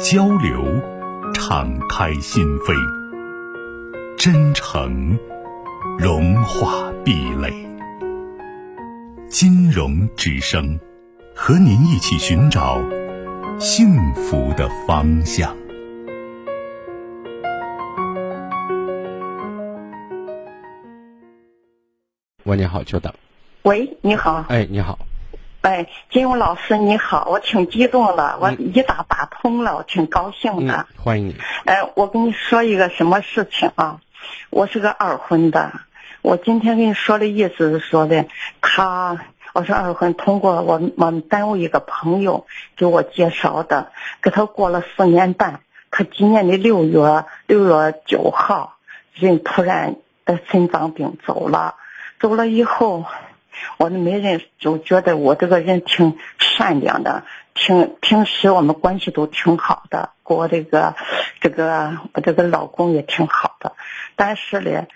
交流，敞开心扉，真诚融化壁垒。金融之声，和您一起寻找幸福的方向。喂，你好，久等。喂，你好。哎，你好。哎，金勇老师你好，我挺激动的，我一打打通了，我挺高兴的。嗯、欢迎你。哎，我跟你说一个什么事情啊？我是个二婚的，我今天跟你说的意思是说的，他我是二婚，通过我我们单位一个朋友给我介绍的，跟他过了四年半，他今年的六月六月九号，人突然得心脏病走了，走了以后。我们没人就觉得我这个人挺善良的，挺平时我们关系都挺好的，跟我这个这个我这个老公也挺好的。但是呢，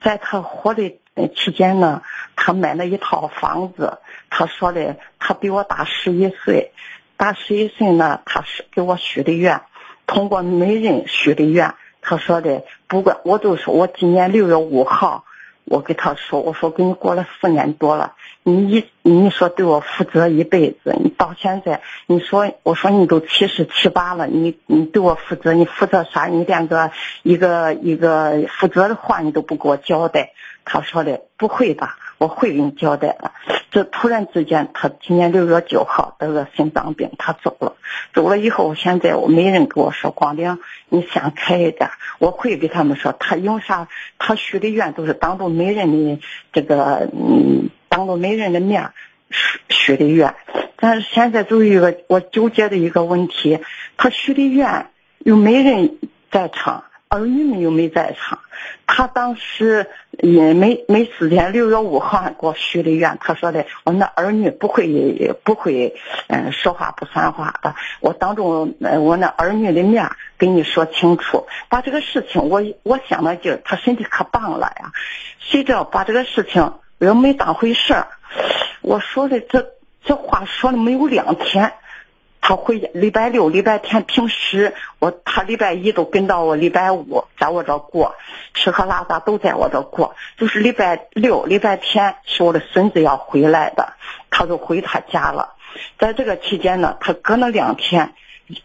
在他活的期间呢，他买了一套房子。他说的，他比我大十一岁，大十一岁呢，他是给我许的愿，通过媒人许的愿。他说的，不管我就说我今年六月五号。我跟他说：“我说跟你过了四年多了，你一你说对我负责一辈子，你到现在你说我说你都七十七八了，你你对我负责，你负责啥？你连个一个一个负责的话你都不给我交代。”他说的：“不会吧，我会给你交代的。”这突然之间，他今年六月九号得了心脏病，他走了。走了以后，现在我没人跟我说光良，你想开一点。我会给他们说，他因为啥？他许的愿都是当着媒人的这个，嗯，当着媒人的面许许的愿。但是现在就有一个我纠结的一个问题，他许的愿又没人在场。儿女们又没在场，他当时也没没时间。六月五号给我许的愿，他说的，我那儿女不会不会，嗯、呃，说话不算话的。我当中、呃、我那儿女的面跟你说清楚，把这个事情我我想了就他身体可棒了呀，谁知道把这个事情人没当回事儿。我说的这这话说了没有两天。他回家礼拜六、礼拜天，平时我他礼拜一都跟到我礼拜五，在我这过，吃喝拉撒都在我这过。就是礼拜六、礼拜天是我的孙子要回来的，他就回他家了。在这个期间呢，他隔了两天，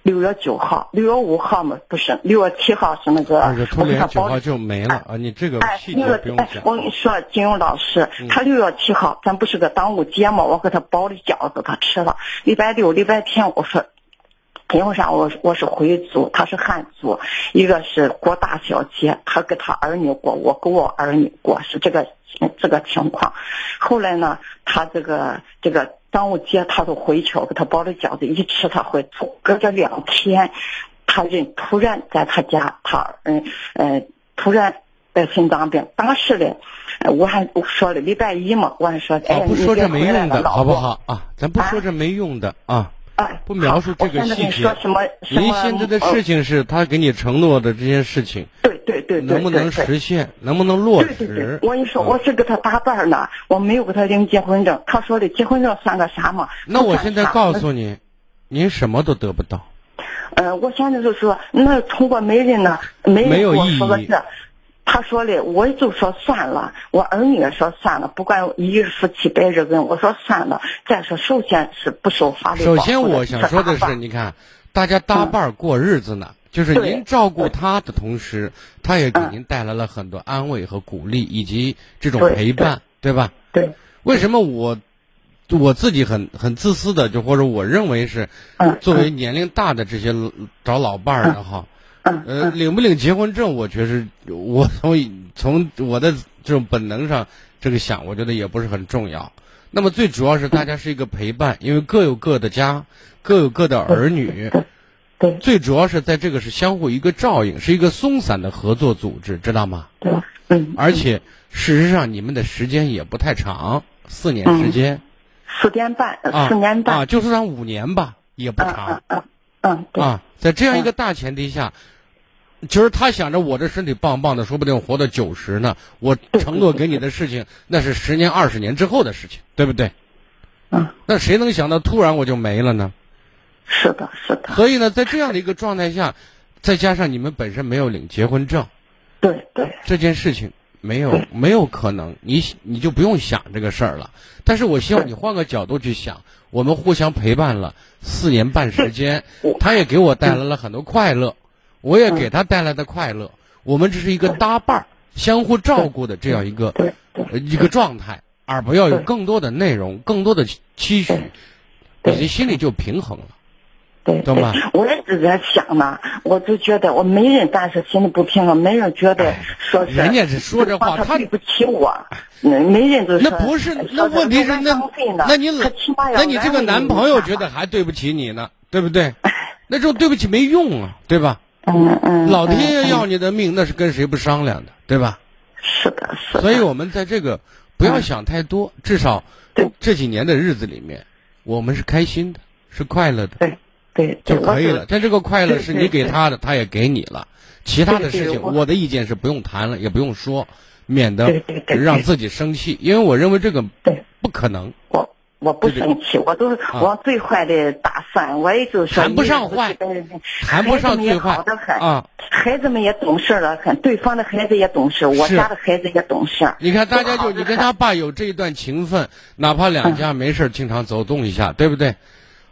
六月九号、六月五号嘛，不是六月七号是那个，啊、突然九号就没了、哎、啊！你这个细节不用讲。哎哎、我跟你说，金勇老师，他六月七号，咱不是个端午节嘛，我给他包的饺子他吃了。礼拜六、礼拜天，我说。因为啥？我我是回族，他是汉族，一个是过大小节，他跟他儿女过，我跟我儿女过，是这个这个情况。后来呢，他这个这个端午节他都回去，我给他包了饺子，一吃他回，隔着两天，他人突然在他家，他嗯嗯、呃、突然。得心脏病，当时嘞，我还我说了礼拜一嘛，我还说哎，哦不说这没用的，好不好啊？咱不说这没用的啊。哎，不描述这个细节。说什么呃嗯什么您现在的事情是他给你承诺的这些事情，对对对，能不能实现，能不能落实？啊对对对，我跟你说，我是跟他搭伴呢，我没有给他领结婚证。他说的结婚证算个啥嘛？那我现在告诉你，您什么都得不到。呃，我现在就说，那通过媒人呢，没没有意义。他说的，我就说算了，我儿女也说算了，不管一日夫妻百日恩，我说算了。再说，首先是不受法律首先，我想说的是，你看，大家搭伴过日子呢，嗯、就是您照顾他的同时，他也嗯给您带来了很多安慰和鼓励，以及这种陪伴，对,对,对吧？对。为什么我我自己很很自私的，就或者我认为是，嗯作为年龄大的这些找老伴儿的哈。嗯呃，领不领结婚证，我觉是，我从从我的这种本能上这个想，我觉得也不是很重要。那么最主要是大家是一个陪伴，因为各有各的家，各有各的儿女，对最主要是在这个是相互一个照应，是一个松散的合作组织，知道吗？对，嗯，而且事实上你们的时间也不太长，四年时间，四年半，嗯呃啊四年啊，半，就算五年吧，也不嗯长。嗯嗯嗯，对，啊，在这样一个大前提下，其实他想着我这身体棒棒的，说不定活到九十呢。我承诺给你的事情，那是十年、二十年之后的事情，对不对？嗯，那谁能想到突然我就没了呢？是的，是的，所以呢，在这样的一个状态下，再加上你们本身没有领结婚证，对对，这件事情没 有没有可能，你你就不用想这个事儿了。但是我希望你换个角度去想，我们互相陪伴了四年半时 间，他也给我带来了很多快乐，我也给他带来的快乐，我们这是一个搭伴儿、相互照顾的这样一个对对呃一个状态，而不要有对更多的内容、更多的期许，对你的心里就平衡了。对，懂吧对？ 我也是在想呢，我就觉得我没人，但是心里不平衡，没人觉得说是哎人家是说这 话，他他对不起我，嗯没人就那说哎不是说，那问题是我那浪费呢那你他起码要那你这个安慰男你朋友一下觉得还对不起你呢，对不 对？那这种对不起没用啊，对吧？嗯嗯，老天嗯爷嗯要你的命，那是跟谁不商量的，对吧？是的，是的，所以我们在这个不要想太多，至少对这几年的日子里面，我们是开心的，是快乐的对对对就可以我了。但这个快乐对是对你给他的，他也给你了。其他的对对事情，我我的意见是不用谈了，也不用说，免得对对对对让自己生气，因为我认为这个对不可能。我我不对对生气，我都是往最坏的打算，我也就是说谈不上坏 谈不上最坏好的很啊！孩子们也懂事儿了很，对方的孩子也懂事，我是家的孩子也懂事儿。你看，大家好就的你跟他爸有这一段情分，哪怕两家没事儿经常走动一下，对不对？嗯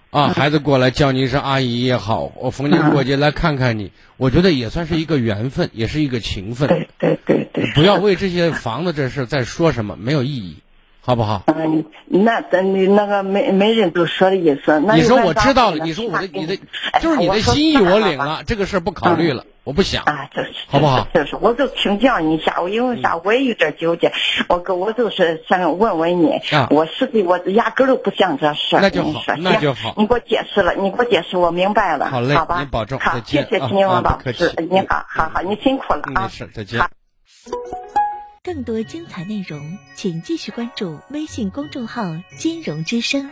啊，孩子过来叫你一声阿姨也好，我逢年过节来看看你，我觉得也算是一个缘分，也是一个情 分。对对对对，不要为这些房子这事儿再说什么，没有意义，好不好？嗯，那咱你那个没没人就说的意思。那你有说办我法知道了，呢你说我的你的哎就是你我的说心意算我吧领了，这个事儿不考虑了，我不想。啊，就是好不好嗯就是，我就请教你一下，我因为啥我也有点纠结，我跟我就是想问问你，啊我实际我压根儿都不想这事儿，那就好你说那就好行你给我解释了，你给我解释，我明白了，好嘞吧，您保重好再，见谢谢啊秦啊王不老客师气，你好，好好，你辛苦了嗯，啊，没事，再见好。更多精彩内容，请继续关注微信公众号“金融之声”。